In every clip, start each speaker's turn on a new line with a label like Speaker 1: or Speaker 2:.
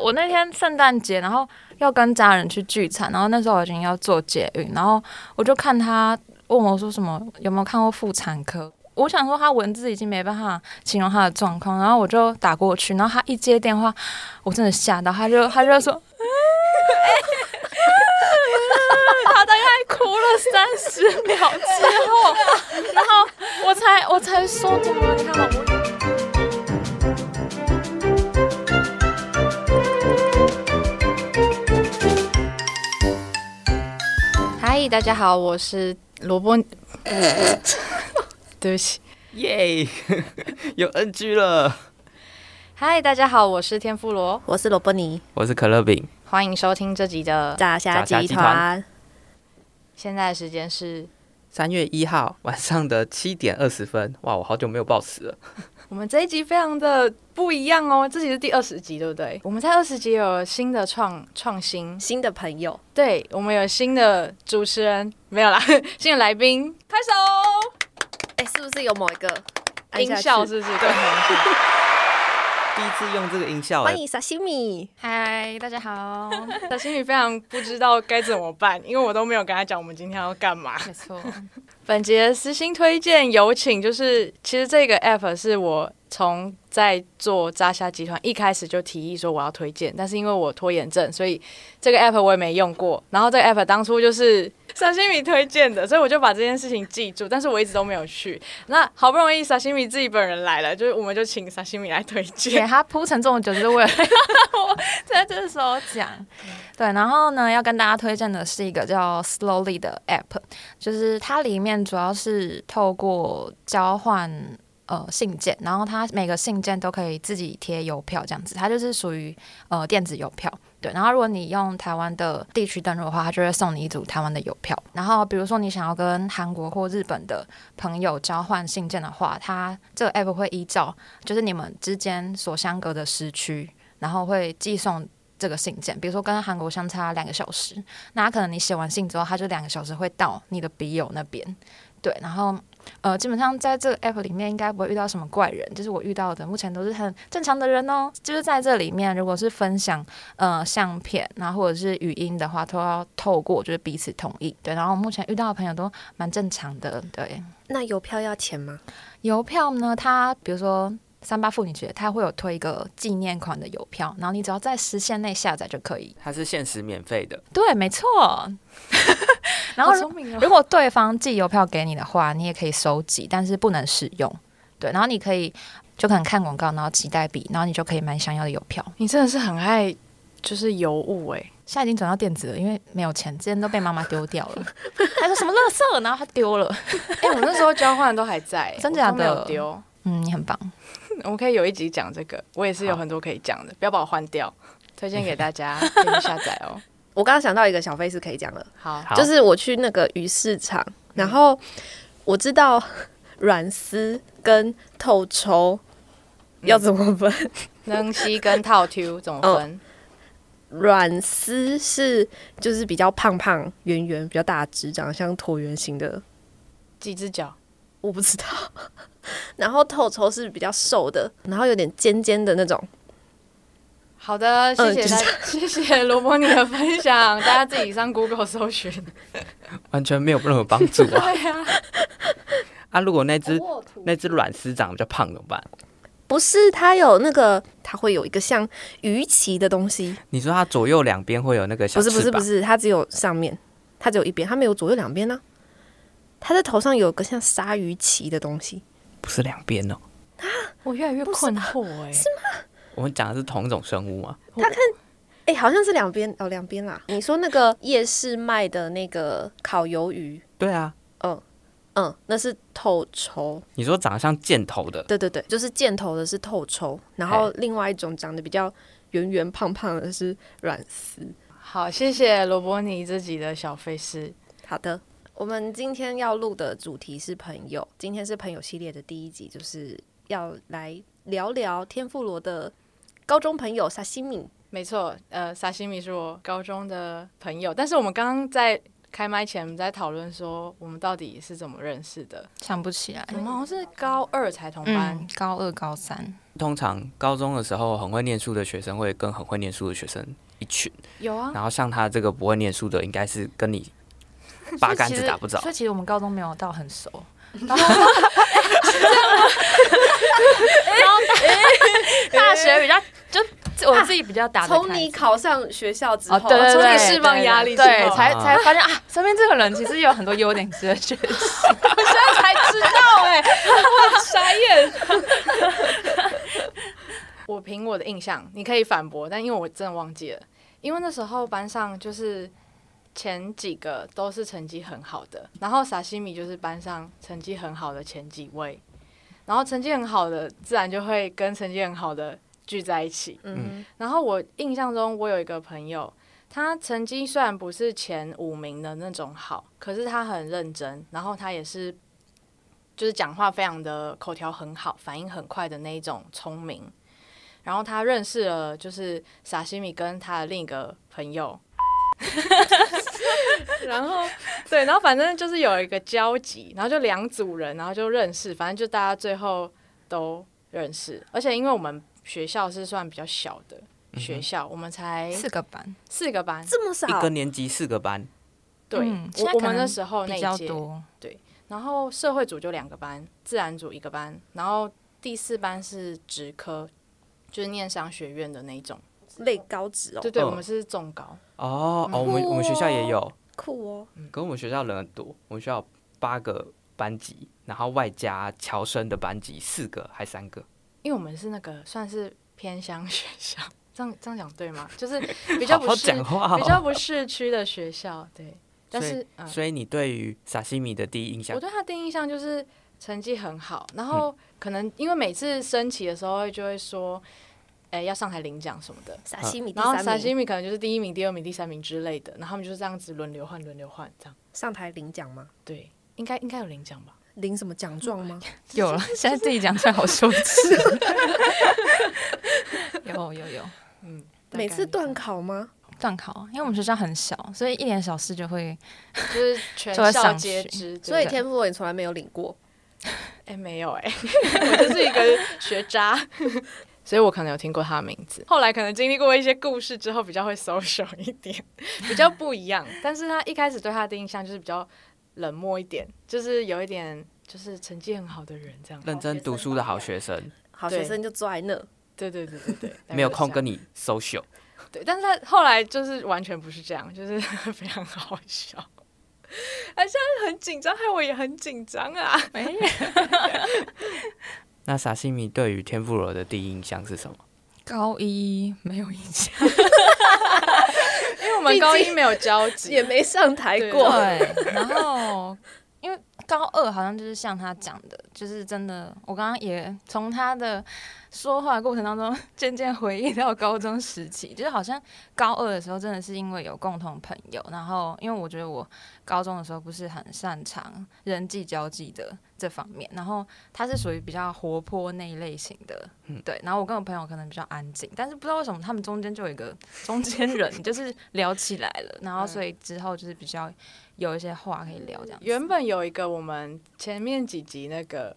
Speaker 1: 我那天圣诞节，然后要跟家人去聚餐，然后那时候我已经要做捷运，然后我就看他问我说什么有没有看过妇产科。我想说他文字已经没办法形容他的状况，然后我就打过去，然后他一接电话，我真的吓到，他就他就说， 他大概哭了三十秒之后，然后我才我才说怎么看我。
Speaker 2: 嗨，大家好，我是萝卜。 对不起。
Speaker 3: 耶 有 NG 了。
Speaker 2: 嗨，大家好，我是天妇罗，
Speaker 4: 我是萝卜泥
Speaker 3: 我是可乐饼，
Speaker 2: 欢迎收听这集的。
Speaker 4: 炸虾
Speaker 3: 炸虾
Speaker 4: 集
Speaker 3: 集团
Speaker 4: 团。
Speaker 2: 现在的时间是
Speaker 3: 三月一号晚上的七点二十分。哇，我好久没有暴食了。
Speaker 2: 我们这一集非常的不一样哦，这集是第二十集，对不对？我们在二十集有新的创创新，
Speaker 4: 新的朋友，
Speaker 2: 对我们有新的主持人，没有啦，新的来宾，拍手，
Speaker 4: 哎、是不是有某一个按下
Speaker 2: 音
Speaker 4: 去
Speaker 2: 效
Speaker 3: 哎
Speaker 2: 是不是？对，
Speaker 3: 第一次用这个音效、
Speaker 4: 欢
Speaker 3: 欸，
Speaker 4: 迎沙西米，
Speaker 1: 嗨，大家 好，
Speaker 2: 小心里非常不知道该怎么办，因为我都没有跟他讲我们今天要干嘛。
Speaker 1: 没错，
Speaker 2: 本节私心推荐有请，就是其实这个 app 是我从在做扎虾集团一开始就提议说我要推荐，但是因为我拖延症，所以这个 app 我也没用过。然后这个 app 当初就是 沙西米推荐的，所以我就把这件事情记住，但是我一直都没有去。那好不容易沙西米自己本人来了，就是我们就请沙西米来推
Speaker 1: 给
Speaker 2: 荐。
Speaker 1: 他铺陈这么久，就是为了 我在这时候讲。对，然后呢，要跟大家推荐的是一个叫 Slowly 的 app，就是它里面主要是透过交换呃信件，然后它每个信件都可以自己贴邮票这样子，它就是属于呃电子邮票。对，然后如果你用台湾的地区登录的话，它就会送你一组台湾的邮票。然后比如说你想要跟韩国或日本的朋友交换信件的话，它这个 app 会依照就是你们之间所相隔的时区，然后会寄送这个信件。比如说跟韩国相差两个小时，那可能你写完信之后，它就两个小时会到你的笔友那边。对，然后呃，基本上在这个 app 里面应该不会遇到什么怪人，就是我遇到的目前都是很呃正常的人哦。就是在这里面，如果是分享呃相片，然后或者是语音的话，都要透过就是彼此同意。对，然后我目前遇到的朋友都蛮正常的，对。
Speaker 4: 那邮票要钱吗？
Speaker 1: 邮票呢，它比如说三八妇女节，它会有推一个纪念款的邮票，然后你只要在时限内下载就可以。
Speaker 3: 它是限时免费的，
Speaker 1: 对，没错。然后
Speaker 2: 好
Speaker 1: 如
Speaker 2: 聪明哦！
Speaker 1: 如果对方寄邮票给你的话，你也可以收集，但是不能使用。对，然后你可以就可能看广告，然后期待笔，然后你就可以买你想要的邮票。
Speaker 2: 你真的是很爱就是尤物 哎、
Speaker 1: 现在已经转到电子了，因为没有钱，之前都被妈妈丢掉 了。她说什么垃圾，然后她丢了。
Speaker 2: 哎、我那时候交换都还在、欸
Speaker 1: 真
Speaker 2: 我
Speaker 1: 假
Speaker 2: 都没有
Speaker 1: 的
Speaker 2: 丢。
Speaker 1: 嗯，你很棒。
Speaker 2: 我们可以有一集讲这个，我也是有
Speaker 3: 好
Speaker 2: 很多可以讲的，不要把我换掉，推荐给大 家可以去下载哦。
Speaker 4: 我刚刚想到一个小费是可以讲的，
Speaker 2: 好，
Speaker 3: 好
Speaker 4: 就是我去那个鱼市场，然后我知道软丝跟透抽要怎么分，
Speaker 3: 嗯
Speaker 2: 能吸跟套 Q 怎么分？
Speaker 4: 软丝是就是比较胖胖、圆圆、比较大只，长得像椭圆形的，
Speaker 2: 几只脚？
Speaker 4: 我不知道。 然后透抽是比较瘦的，然后有点尖尖的那种。
Speaker 2: 好的，谢
Speaker 4: 嗯
Speaker 2: 谢
Speaker 4: 就
Speaker 2: 大，谢谢罗伯尼的分享，大家自己上 Google 搜 寻。
Speaker 3: 完全没有任何帮助啊！
Speaker 2: 对啊，
Speaker 3: 啊，如果那只那只软丝长得比较胖怎么办？
Speaker 4: 不是，它有那个，它会有一个像鱼鳍的东西，
Speaker 3: 你说它左右两边会有那个小
Speaker 4: 不是
Speaker 3: 翅
Speaker 4: 不
Speaker 3: 膀？
Speaker 4: 是不是，它只有上面，它只有一边，它没有左右两边呢、它的头上有个像鲨鱼鳍的东西，
Speaker 3: 不是两边哦。
Speaker 2: 我越来越困惑哎、
Speaker 3: 我们讲的是同一种生物吗？
Speaker 4: 哎、好像是两边哦，两边啦。你说那个夜市卖的那个烤鱿鱼，
Speaker 3: 对啊，
Speaker 4: 嗯嗯，那是透抽，
Speaker 3: 你说长得像箭头的，
Speaker 4: 对对对，就是箭头的是透抽，然后另外一种长得比较圆圆胖胖的是软丝。
Speaker 2: 好，谢谢罗伯尼自己的小费事。
Speaker 4: 好的，我们今天要录的主题是朋友，今天是朋友系列的第一集，就是要来聊聊天妇罗的高中朋友沙西米。
Speaker 2: 没错，呃，沙西米是我高中的朋友，但是我们刚刚在开麦前我们在讨论说，我们到底是怎么认识的？
Speaker 1: 想不起来。
Speaker 2: 我们好像是高二才同班，
Speaker 1: 嗯，高二、高三，
Speaker 3: 通常高中的时候很会念书的学生会跟很会念书的学生一群，
Speaker 1: 有
Speaker 2: 哦
Speaker 1: 啊，
Speaker 3: 然后像他这个不会念书的，应该是跟 你八竿子打不着
Speaker 1: 所以其实所。以其实我们高中没有到很 熟。哎然后，然后大大学比较就我自己比较打得
Speaker 4: 从
Speaker 1: 开
Speaker 4: 你考上学校之后，
Speaker 1: 哦，对对
Speaker 2: 从
Speaker 1: 对，
Speaker 2: 你释放压力
Speaker 1: 对
Speaker 2: 之
Speaker 1: 对，
Speaker 2: 后
Speaker 1: 才
Speaker 3: 啊
Speaker 1: 才发现啊，身边这个人其实有很多优点值得学习，我 现在才知道哎、
Speaker 2: 傻眼。我凭我的印象，你可以反驳，但因为我真的忘记了，因为那时候班上就是前几个都是成绩很好的，然后沙西米就是班上成绩很好的前几位，然后成绩很好的自然就会跟成绩很好的聚在一起。
Speaker 4: 嗯
Speaker 2: 然后我印象中，我有一个朋友，他成绩虽然不是前五名的那种好，可是他很认真，然后他也是就是讲话非常的口条很好，反应很快的那一种聪明。然后他认识了就是沙西米跟他的另一个朋友，然后对，然后反正就是有一个交集，然后就两组人，然后就认识，反正就大家最后都认识。而且因为我们学校是算比较小的学校，我们才
Speaker 1: 四个班
Speaker 2: 四个班，
Speaker 4: 这么少，
Speaker 3: 一个年级四个班，
Speaker 2: 对，
Speaker 1: 嗯现
Speaker 2: 我
Speaker 1: 在
Speaker 2: 我
Speaker 1: 可
Speaker 2: 们那
Speaker 1: 能
Speaker 2: 时候那
Speaker 1: 比
Speaker 2: 一
Speaker 1: 较
Speaker 2: 届，
Speaker 1: 多，
Speaker 2: 然后社会组就两个班，自然组一个班，然后第四班是职科，就是念商学院的那一种。
Speaker 4: 类高职哦
Speaker 2: 对，对，
Speaker 3: 嗯
Speaker 2: 我们是重高，
Speaker 3: 哦哦，我们我们学校也有，
Speaker 4: 酷哦，
Speaker 3: 可我们学校人很多，我们学校有八个班级，然后外加侨生的班级四个还三个，
Speaker 2: 因为我们是那个算是偏乡学校，这样这样讲对吗？就是比较
Speaker 3: 好
Speaker 2: 不
Speaker 3: 好
Speaker 2: 市
Speaker 3: 讲话、哦，
Speaker 2: 比较不市区的学校，对。但
Speaker 3: 所以
Speaker 2: 是，嗯，
Speaker 3: 所以你对于沙西米的第一印象
Speaker 2: 我，对他第一印象就是成绩很好，然
Speaker 3: 嗯
Speaker 2: 后可能因为每次升旗的时候就会说，哎、要上台领奖什么的，
Speaker 4: 沙西
Speaker 1: 嗯
Speaker 4: 米第
Speaker 2: 然后沙
Speaker 4: 三
Speaker 2: 西
Speaker 4: 名
Speaker 2: 米可能就是第一名、第二名、第三名之类的，然后他们就是这样子轮流换、轮流换这样。
Speaker 4: 上台领奖吗？
Speaker 2: 对，应该应该有领奖吧？
Speaker 4: 领什么奖状吗？
Speaker 1: 有了，现在自己讲出来好羞耻。 有有有，
Speaker 2: 嗯，大概
Speaker 4: 每次段
Speaker 2: 是这
Speaker 4: 考吗？
Speaker 1: 断考，因为我们学校很小，所以一点小事就会
Speaker 2: 样就是全
Speaker 1: 就会
Speaker 2: 校
Speaker 1: 上
Speaker 2: 皆
Speaker 1: 去
Speaker 2: 知之
Speaker 4: 所
Speaker 2: 类
Speaker 4: 以
Speaker 2: 的。
Speaker 4: 天赋你从来没有领过，
Speaker 2: 哎、没有哎、 我就是一个学渣， 所以我可能有听过他的名字。后来可能经历过一些故事之后，比较会 social 一点， 比较不一样。但是他一开始对他的印象就是比较冷漠一点，就是有一点就是成绩很好的人这样。
Speaker 3: 认真读书的好学生，
Speaker 4: 好
Speaker 2: 对
Speaker 4: 学生就坐在那，
Speaker 2: 对对对对 对，大概
Speaker 3: 没有
Speaker 2: 是
Speaker 3: 空
Speaker 2: 这样
Speaker 3: 跟你 social。
Speaker 2: 对，但是他后来就是完全不是这样，就是 非常好笑。他现在很紧张，害我也很紧张啊。
Speaker 3: 那沙西米对于天妇罗的第一印象是什么？
Speaker 1: 高一没有印象。
Speaker 2: 因为我们高一没有 交集
Speaker 4: 也，没上台
Speaker 2: 对
Speaker 4: 过。
Speaker 1: 对，然后因为高二好像就是像他讲的，就是真的，我刚刚也从他的说话过程当中渐渐回忆到高中时期，就是好像高二的时候真的是因为有共同朋友，然后因为我觉得我高中的时候不是很擅长人际交际的这方面，然后他是属于比较活泼那一类型的，对，然后我跟我朋友可能比较安静，但是不知道为什么他们中间就有一个 中间人，就是聊起来了，然后所以之后就是比较有一些话可以聊这样子。
Speaker 2: 原本有一个我们前面几集那个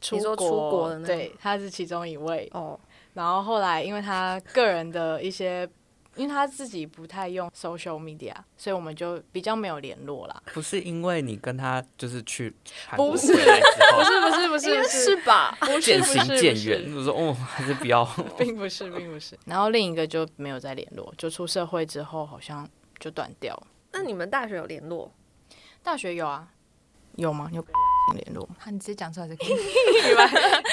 Speaker 2: 出
Speaker 4: 你说出国的那个
Speaker 2: 对，他是其中一位。
Speaker 4: 哦，
Speaker 2: 然后后来因为他个人的一些，因为他自己不太用 social media，所以我们就比较没有联络啦。
Speaker 3: 不是因为你跟他就是去韩国
Speaker 2: 不是
Speaker 3: 回来之后
Speaker 2: 不 是不是不是
Speaker 4: 应
Speaker 2: 不
Speaker 4: 该
Speaker 2: 是
Speaker 4: 是吧？
Speaker 2: 不是
Speaker 3: 渐
Speaker 2: 不是
Speaker 3: 行
Speaker 2: 不
Speaker 3: 渐
Speaker 2: 是
Speaker 3: 远，我说哦， 还是不要。
Speaker 2: 并不是，并不是。然后另一个就没有再联络，就出社会之后好像就断掉了。
Speaker 4: 那你们大学有联络？
Speaker 2: 大学有啊，有吗？有跟联络吗？
Speaker 1: 啊，你直接讲出来就可以。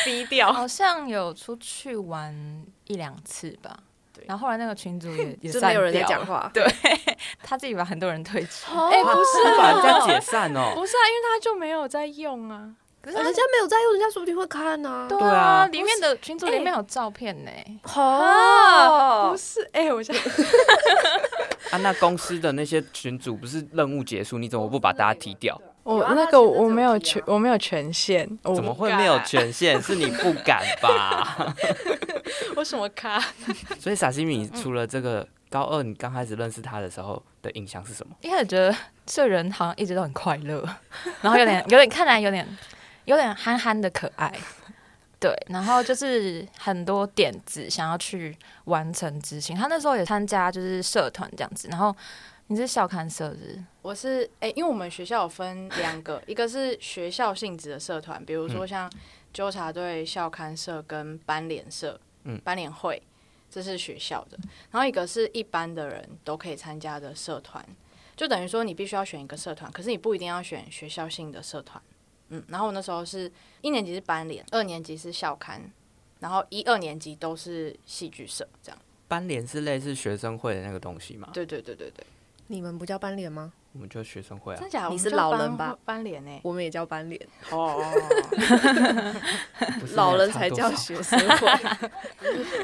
Speaker 2: 低 调，
Speaker 1: 好像有出去玩一两次吧，
Speaker 2: 对
Speaker 1: 然后后来那个群组 也也
Speaker 4: 就没有人在
Speaker 1: 删掉
Speaker 4: 讲
Speaker 1: 了，
Speaker 4: 话。哦
Speaker 1: 他自己把很多人退出。
Speaker 2: 哎、不是
Speaker 3: 把人
Speaker 2: 啊，
Speaker 3: 家解散哦。
Speaker 2: 不是啊，因为他就没有在用啊。
Speaker 1: 可是他
Speaker 4: 人家没有在用，人家说不定会看呢、
Speaker 1: 对
Speaker 3: 对
Speaker 1: 啊，
Speaker 3: 啊
Speaker 1: 里面的群组里面有照片呢、
Speaker 4: 哦
Speaker 2: 不是，哎、我想
Speaker 3: 啊，那公司的那些群主不是任务结束，你怎么不把大家踢掉？
Speaker 2: 我
Speaker 4: 啊
Speaker 2: 那
Speaker 4: 他现在
Speaker 2: 个我
Speaker 4: 只
Speaker 2: 没
Speaker 4: 有
Speaker 2: 有
Speaker 4: 提啊
Speaker 2: 权，我没有权限，我
Speaker 3: 怎么
Speaker 2: 不
Speaker 3: 会
Speaker 2: 敢
Speaker 3: 没有？权限？是你不敢 吧？
Speaker 2: 我什么咖？
Speaker 3: 所以沙西米除了这个高二，你刚开始认识他的时候的印象是什么？
Speaker 1: 一开始觉得这人好像一 直都很快乐，然后有点有点看起来有点有点憨憨的可爱，对，然后就是很多点子想要去完成执行。他那时候也参加就是社团这样子，然后你是校刊社是不是？
Speaker 2: 我是哎、因为我们学校有分两个，一个是学校性质的社团，比如说像纠察队校刊社跟班联社、
Speaker 3: 嗯
Speaker 2: 班联会，这是学校的；然后一个是一般的人都可以参加的社团，就等于说你必须要选一个社团，可是你不一定要选学校性的社团。嗯，然后我那时候是一年级是班联，二年级是校刊，然后一二年级都是戏剧社，这样。
Speaker 3: 班联是类似学生会的那个东西嘛？，
Speaker 2: 对对对对对，
Speaker 4: 你们不叫班联吗？
Speaker 3: 我们就学生会啊
Speaker 2: 真。假的？
Speaker 4: 你
Speaker 2: 我们
Speaker 4: 是
Speaker 2: 就
Speaker 4: 老
Speaker 2: 班
Speaker 4: 人吧？
Speaker 2: 班联欸呢、
Speaker 4: 我们也叫班联，
Speaker 2: 哦，
Speaker 3: 不是
Speaker 4: 老人
Speaker 3: 差
Speaker 4: 才
Speaker 3: 多
Speaker 4: 叫
Speaker 3: 少
Speaker 4: 学生会。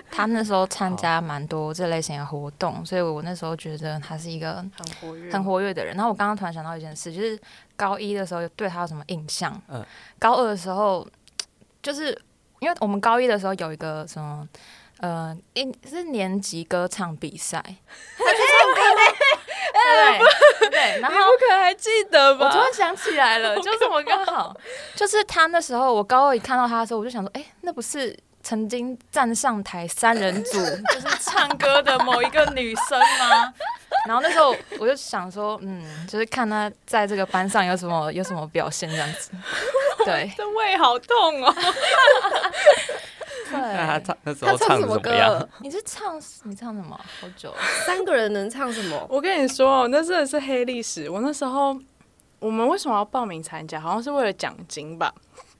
Speaker 1: 他那时候参加蛮多这类型的活动，所以我那时候觉得他是一个
Speaker 2: 很活跃，
Speaker 4: 嗯
Speaker 1: 很。活跃的人。然后我刚刚突然想到一件事，就是高一的时候对他有什么印象？
Speaker 3: 嗯
Speaker 1: 高二的时候，就是因为我们高一的时候有一个什么。呃，一是年级歌唱比赛，
Speaker 4: 哎
Speaker 1: 对对，然后
Speaker 4: 可能还记得
Speaker 1: 我突然想起来了，就是我刚好， 就是他那时候，我高二一看到他的时候，我就想说，哎、那不是曾经站上台三人组，就是唱歌的某一个女生吗？然后那时候我就想说，嗯，就是看她在这个班上有什么有什么表现这样子。对
Speaker 2: 这胃好痛哦！
Speaker 3: 那啊他
Speaker 1: 对，
Speaker 3: 唱那时
Speaker 4: 他
Speaker 3: 候
Speaker 4: 唱
Speaker 3: 唱
Speaker 4: 什
Speaker 3: 的
Speaker 4: 么
Speaker 3: 怎么
Speaker 4: 歌？
Speaker 3: 样？
Speaker 1: 你是唱你唱什么？好久了，哦
Speaker 4: 三个人能唱什么？
Speaker 2: 我跟你说，那真的是黑历史。我那时候，我们为什么要报名参加？好像是为了奖金吧。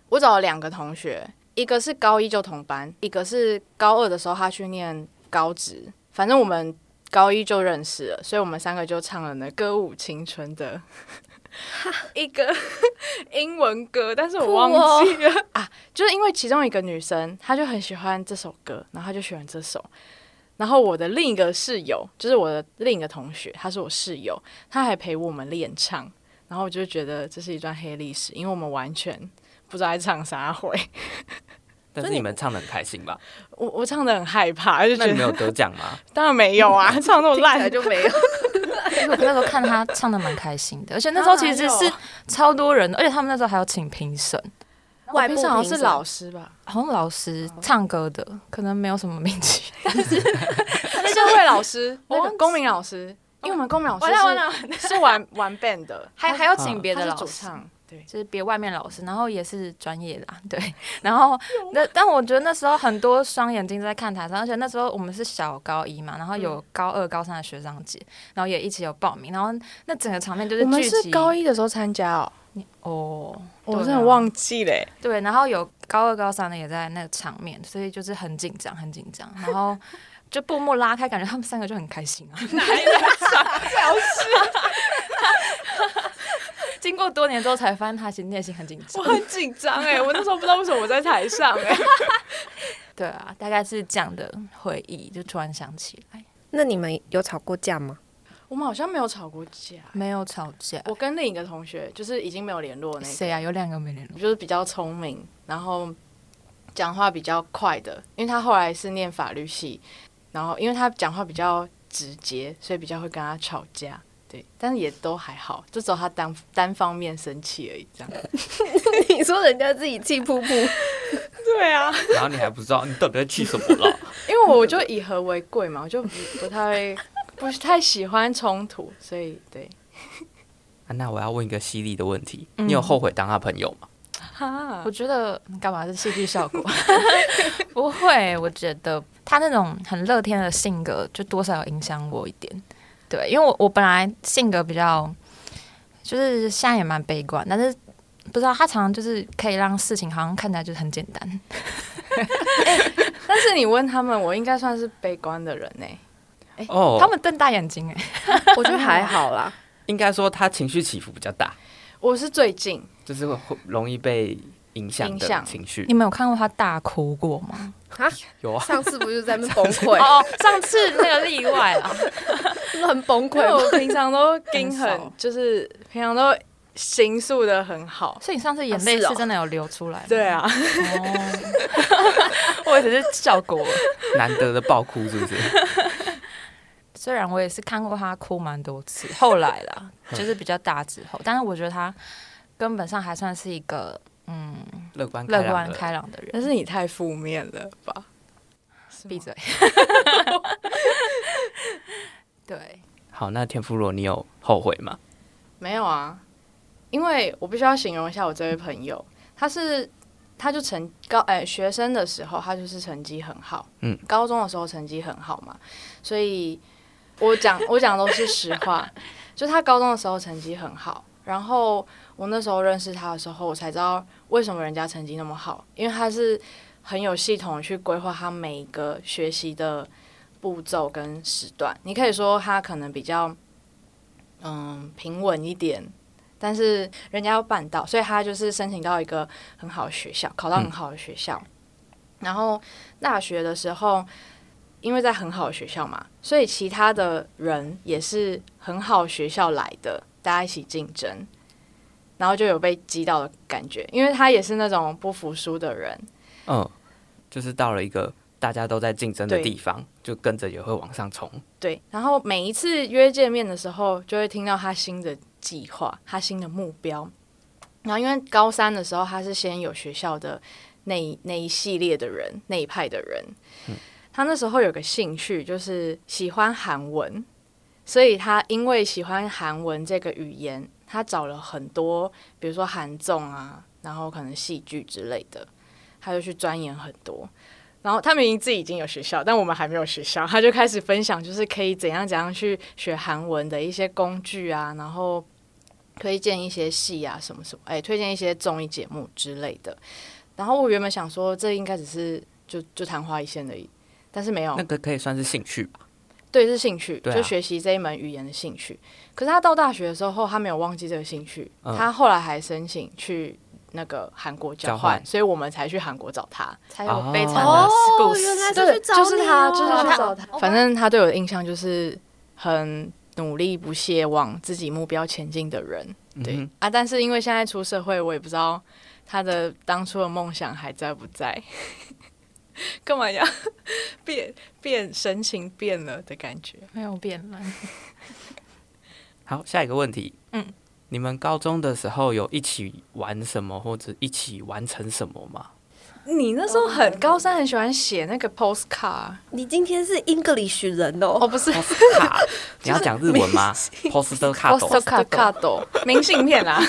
Speaker 2: 我找了两个同学，一个是高一就同班，一个是高二的时候他去念高职。反正我们高一就认识了，所以我们三个就唱了那《歌舞青春》的 一个英文歌，但是我忘记了、啊，就是因为其中一个女生，她就很喜欢这首歌，然后她就喜欢这首。然后我的另一个室友，就是我的另一个同学，她是我室友，她还陪我们练唱。然后我就觉得这是一段黑历史，因为我们完全不知道在唱啥会。
Speaker 3: 但是你们唱的很开心吧？
Speaker 2: 我我唱的很害怕，就
Speaker 3: 那
Speaker 2: 觉
Speaker 3: 你们
Speaker 2: 得
Speaker 3: 有得奖吗？
Speaker 2: 当然没有啊，唱那么
Speaker 4: 听起来
Speaker 2: 烂
Speaker 4: 就没有。
Speaker 1: 因为我那时候看她唱的蛮开心的，而且那时候其实是超多人的，而且他们那时候还有请评审，
Speaker 4: 外部
Speaker 2: 平常好
Speaker 4: 评
Speaker 2: 像
Speaker 4: 审
Speaker 2: 是老师 吧，
Speaker 1: 好像老师唱歌的，可能没有什么名气。
Speaker 2: 社会老 师，
Speaker 1: 我
Speaker 2: 那
Speaker 1: 忘
Speaker 2: 个公民老师，因为我们公民老师
Speaker 1: 完了完了
Speaker 2: 是，是玩玩 band 的，
Speaker 1: 还还要请别
Speaker 2: 别
Speaker 1: 的老
Speaker 2: 主
Speaker 1: 师，
Speaker 2: 唱，对，
Speaker 1: 就是别外面老师，然后也是专业啦，对。然后那但我觉得那时候很多双眼睛在看台上，而且那时候我们是小高一嘛，然后
Speaker 2: 嗯
Speaker 1: 有高二、高三的学长姐，然后也一起有报名，然后那整个场面就是
Speaker 2: 我们
Speaker 1: 聚
Speaker 2: 是
Speaker 1: 集。
Speaker 2: 高一的时候参加哦，
Speaker 1: 哦，
Speaker 2: 我
Speaker 1: 对啊
Speaker 2: 真的忘记嘞，
Speaker 1: 对，然后有高二、高三的也在那个场面，所以就是很紧张，很紧张，然后。就布幕拉开，感觉他们三个就很开心啊！ 哪一个经过多年之后，才发现他其实内心很紧张
Speaker 2: 我。很紧张哎，我那时候不知道为什么我在台上哎，
Speaker 1: 对啊，大概是这样的回忆，就突然想起来，
Speaker 4: 那你们有吵过架吗？
Speaker 2: 我们好像没有吵过架，
Speaker 1: 没有吵架。
Speaker 2: 我跟另一个同学就是已经没有联络那个，嗯
Speaker 1: 谁啊？有两个没联络。
Speaker 2: 就是比较聪明，然后讲话比较快的，因为他后来是念法律系，然后因为他讲话比较直接，所以比较会跟他吵架。对，但是也都还好，就只有他单单方面生气而已，这样。
Speaker 4: 你说人家自己气噗噗，
Speaker 2: 对啊，
Speaker 3: 然后你还不知道你到底在气什么了？
Speaker 2: 因为我就以和为贵嘛，我就不不太会，不是太喜欢冲突，所以对。
Speaker 3: 啊那我要问一个犀利的问题：你有后悔当他朋友吗？
Speaker 2: 哈
Speaker 1: 我，觉得你干嘛是戏剧效 果？不会，我觉得他那种很乐天的性格，就多少有影响我一点。对，因为我我本来性格比较，就是现在也蛮悲观，但是不知道他常常就是可以让事情好像看起来就是很简单。
Speaker 2: 但是你问他们，我应该算是悲观的人呢、
Speaker 3: 哦，
Speaker 1: 他们瞪大眼睛哎、
Speaker 4: 我觉得还好啦。
Speaker 3: 应该说他情绪起伏比较大，
Speaker 2: 我是最近
Speaker 3: 就是会会容易被影响
Speaker 2: 影响
Speaker 3: 的情绪
Speaker 1: 你。们有看过他大哭过吗？
Speaker 4: 啊，
Speaker 3: 有啊，
Speaker 4: 上次不是在那边崩 溃，
Speaker 1: 哦，上次那个例外啊。
Speaker 4: 真的 很崩
Speaker 2: 因
Speaker 4: 溃
Speaker 2: 为
Speaker 4: 吗。
Speaker 2: 我平常都跟
Speaker 1: 少
Speaker 2: 很，就是平常都形塑的很好。
Speaker 1: 所以你上次眼泪
Speaker 4: 啊是哦
Speaker 1: 是真的有流出 来吗、
Speaker 2: 对啊，
Speaker 1: 哦，我只是效果。
Speaker 3: 难得的爆哭是不是？
Speaker 1: 虽然我也是看过他哭蛮多次，后来啦，就是比较大之后，但是我觉得他根本上还算是一个嗯嗯
Speaker 3: 乐观
Speaker 1: 乐
Speaker 3: 开朗
Speaker 1: 观
Speaker 3: 的
Speaker 1: 开朗的人。
Speaker 2: 但是你太负面了吧？
Speaker 1: 闭 嘴。对，
Speaker 3: 好，那天妇罗，你有后悔吗？
Speaker 2: 没有啊，因为我必须要形容一下我这位朋友，他是他就成高哎、学生的时候，他就是成绩很好，
Speaker 3: 嗯，
Speaker 2: 高中的时候成绩很好嘛，所以我讲 我讲的都是实话，就他高中的时候成绩很好，然后我那时候认识他的时候，我才知道为什么人家成绩那么好，因为他是很有系统地去规划他每一个学习的步骤跟时段，你可以说他可能比较。嗯平稳一点，但是人家要办到，所以他就是申请到一个很好的学校，考到很好的学校。然后大学的时候，因为在很好的学校嘛，所以其他的人也是很好学校来的，大家一起竞争，然后就有被击倒的感觉，因为他也是那种不服输的人。
Speaker 3: 嗯，就是到了一个大家都在竞争的
Speaker 2: 对
Speaker 3: 地方，就跟着也会往上冲。
Speaker 2: 对，然后每一次约见面的时候，就会听到他新的计划，他新的目标。然后因为高三的时候，他是先有学校的那一那一系列的人，那一派的人。他那时候有个兴趣，就是喜欢韩文，所以他因为喜欢韩文这个语言，他找了很多，比如说韩综啊，然后可能戏剧之类的，他就去钻研很多。然后他明明自己已经有学校，但我们还没有学校，他就开始分享，就是可以怎样怎样去学韩文的一些工具啊，然后推荐一些戏啊什么什么，哎，推荐一些综艺节目之类的。然后我原本想说，这应该只是就就昙花一现而已，但是没有
Speaker 3: 那，个可以算是兴趣吧？
Speaker 2: 对，是兴趣，
Speaker 3: 对啊
Speaker 2: 就学习这一门语言的兴趣。可是他到大学的时候，他没有忘记这个兴趣，
Speaker 3: 嗯
Speaker 2: 他后来还申请去那个韩国交
Speaker 3: 交
Speaker 2: 换，
Speaker 3: 换
Speaker 2: 所以我们才去韩国找他。
Speaker 1: 才
Speaker 3: 哦
Speaker 1: 有悲惨的故事。
Speaker 4: 哦原来
Speaker 2: 对，
Speaker 4: 去找
Speaker 2: 就是
Speaker 4: 你
Speaker 2: 他，
Speaker 4: 哦
Speaker 2: 就是
Speaker 1: 哦
Speaker 2: 去
Speaker 1: 他
Speaker 2: 找他。
Speaker 1: 哦
Speaker 2: 反正他对我的印象就是很努力、不懈往自己目标前进的人。对、
Speaker 3: 嗯哼
Speaker 2: 啊，但是因为现在出社会，我也不知道他的当初的梦想还在不在。 干嘛呀？ 变变神情变了的感觉。
Speaker 1: 没有变慢，
Speaker 3: 好，下一个问题，
Speaker 1: 嗯，
Speaker 3: 你们高中的时候有一起玩什么，或者一起完成什么吗？
Speaker 2: 你那时候很高三，很喜欢写那个 postcard
Speaker 4: 你今天是 English 人
Speaker 2: 哦，
Speaker 4: 哦，
Speaker 2: 不是
Speaker 3: 卡，你要讲日文吗？Poster 卡
Speaker 2: postcard 明信片啦。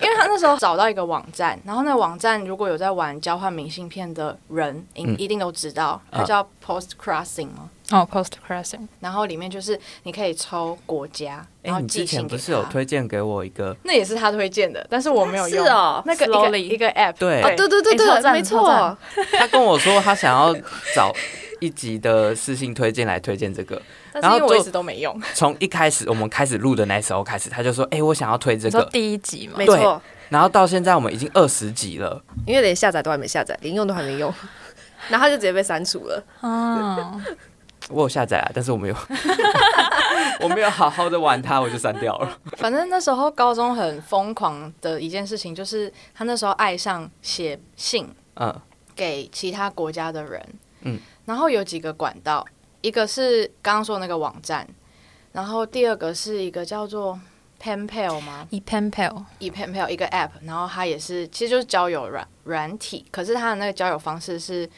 Speaker 2: 因为他那时候找到一个网站，然后那个网站如果有在玩交换明信片的人，一、
Speaker 3: 嗯
Speaker 2: 一定都知道，它
Speaker 3: 啊
Speaker 2: 叫 post crossing 吗？
Speaker 1: 哦，post crossing，
Speaker 2: 然后里面就是你可以抽国家，
Speaker 3: 哎、
Speaker 2: 然后
Speaker 3: 你
Speaker 2: 寄
Speaker 3: 之前
Speaker 2: 信给
Speaker 3: 不
Speaker 2: 他。
Speaker 3: 是有推荐给我一个？
Speaker 2: 那也是他推荐的，啊但是我没有用。
Speaker 4: 是哦
Speaker 2: 那个一个
Speaker 1: Slowly
Speaker 2: 一个 app，
Speaker 3: 对
Speaker 4: 哦，对对对
Speaker 2: 哎超
Speaker 4: 对，
Speaker 2: 赞
Speaker 4: 没
Speaker 2: 超
Speaker 4: 错
Speaker 2: 赞，
Speaker 3: 他跟我说他想要找一集的私信推荐来推荐这个，
Speaker 2: 但是
Speaker 3: 然后
Speaker 2: 因为我
Speaker 3: 就
Speaker 2: 一直都没用。
Speaker 3: 从一开始我们开始录的那时候开始，他就说：“哎、我想要推这
Speaker 1: 你说
Speaker 3: 个。
Speaker 1: 第一集嘛
Speaker 4: 没？
Speaker 3: 对
Speaker 4: 错，”
Speaker 3: 然后到现在我们已经二十集了，
Speaker 4: 因为连下载都还没下载，连用都还没 用，然后他就直接被删除了。哦
Speaker 1: 啊，
Speaker 3: 我有下载啊，但是我 没有，我没有好好的玩它，我就删掉了。
Speaker 2: 反正那时候高中很疯狂的一件事情，就是他那时候爱上写信
Speaker 3: 嗯，
Speaker 2: 给其他国家的人，
Speaker 3: 嗯，
Speaker 2: 然后有几个管道，一个是刚刚说的那个网站，然后第二个是一个叫做 PenPal 吗？
Speaker 1: 以 pen pal
Speaker 2: 以 PenPal 一个 app，然后它也是其实就是交友软软体，可是它的那个交友方式是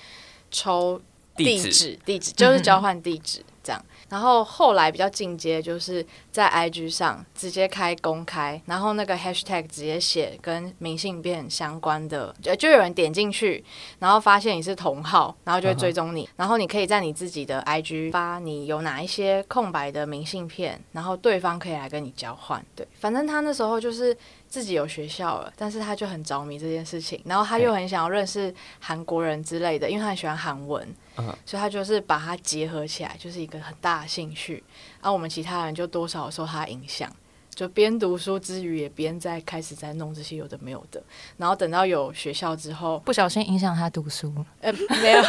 Speaker 2: 抽
Speaker 3: 地址
Speaker 2: 址，地址就是交换地址这样。然后后来比较进阶，就是在 IG 上直接开公开，然后那个 hashtag 直接写跟明信片相关的，就就有人点进去，然后发现你是同号，然后就会追踪
Speaker 3: 嗯
Speaker 2: 你，然后你可以在你自己的 IG 发你有哪一些空白的明信片，然后对方可以来跟你交换。对，反正他那时候就是自己有学校了，但是他就很着迷这件事情，然后他又很想要认识韩国人之类的，因为他很喜欢韩文，
Speaker 3: 嗯
Speaker 2: 所以他就是把它结合起来，就是一个很大的兴趣。然后我们其他人就多少受他影响，就边读书之余也边在开始在弄这些有的没有的，然后等到有学校之后，
Speaker 1: 不小心影响他读书了，
Speaker 2: 呃，没有，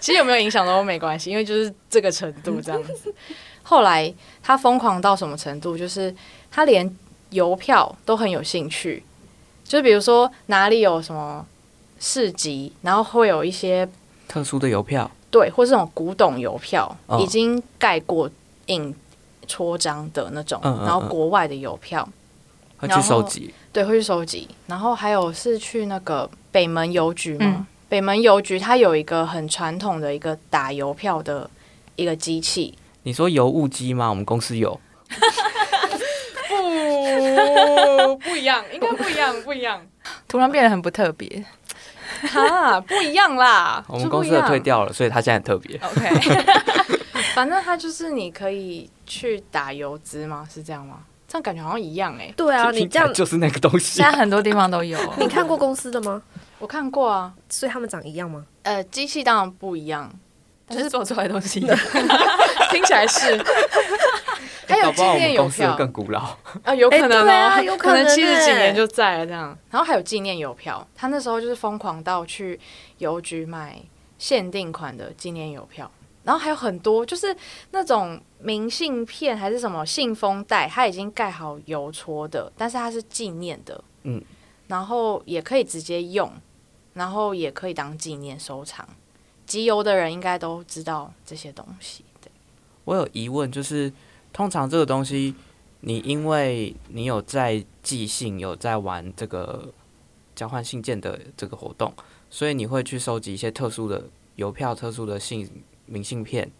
Speaker 2: 其实有没有影响都没关系，因为就是这个程度这样子。后来他疯狂到什么程度？就是他连邮票都很有兴趣，就比如说哪里有什么市集，然后会有一些
Speaker 3: 特殊的邮票，
Speaker 2: 对，或是那种古董邮票，
Speaker 3: 哦
Speaker 2: 已经盖过印戳章的那种，
Speaker 3: 嗯嗯
Speaker 2: 然后
Speaker 3: 嗯
Speaker 2: 国外的邮票，
Speaker 3: 会
Speaker 2: 然
Speaker 3: 去
Speaker 2: 后
Speaker 3: 收集。
Speaker 2: 对，会去收集。然后还有是去那个北门邮局嘛，北门邮局它有一个很传统的一个打邮票的一个机器，
Speaker 3: 你说邮务机吗？我们公司有，
Speaker 4: 哦
Speaker 2: 不不一样，应该不一样，不一样，
Speaker 1: 突然变得很不特别。
Speaker 2: 哈，不一样啦，
Speaker 3: 我们
Speaker 2: 就
Speaker 3: 公
Speaker 2: 不
Speaker 3: 司
Speaker 2: 一
Speaker 3: 的
Speaker 2: 样
Speaker 3: 退掉了，所以它现在很特别。
Speaker 2: OK，反正它就是你可以去打油资吗？是这样吗？这样感觉好像一样哎、
Speaker 4: 对啊，你
Speaker 3: 听起
Speaker 4: 这
Speaker 3: 来
Speaker 4: 样
Speaker 3: 就是那个东西
Speaker 1: 现。在很多地方都有，
Speaker 4: 你看过公司的吗？
Speaker 2: 我看过啊，
Speaker 4: 所以他们长一样吗？
Speaker 2: 呃，机器当然不一样，
Speaker 1: 但是做出来的东西。
Speaker 2: 听起来 是还有
Speaker 3: 搞不好我
Speaker 2: 纪念
Speaker 3: 们
Speaker 2: 邮
Speaker 3: 公司
Speaker 2: 票
Speaker 3: 更古老。
Speaker 2: 啊，有可能
Speaker 4: 哎对
Speaker 2: 哦，
Speaker 4: 啊有可
Speaker 2: 可
Speaker 4: 能
Speaker 2: 能七十几
Speaker 4: 哎
Speaker 2: 年就在了这样。然后还有纪念邮票，他那时候就是疯狂到去邮局买限定款的纪念邮票，然后还有很多就是那种明信片还是什么信封袋，它已经盖好邮戳的，但是它是纪念的，
Speaker 3: 嗯，
Speaker 2: 然后也可以直接用，然后也可以当纪念收藏。集邮的人应该都知道这些东西，对，
Speaker 3: 我有疑问，就是通常这个东西，你因为你有在寄信，有在玩这个交换信件的这个活动，所以你会去收集一些特殊的邮票、特殊的信明信片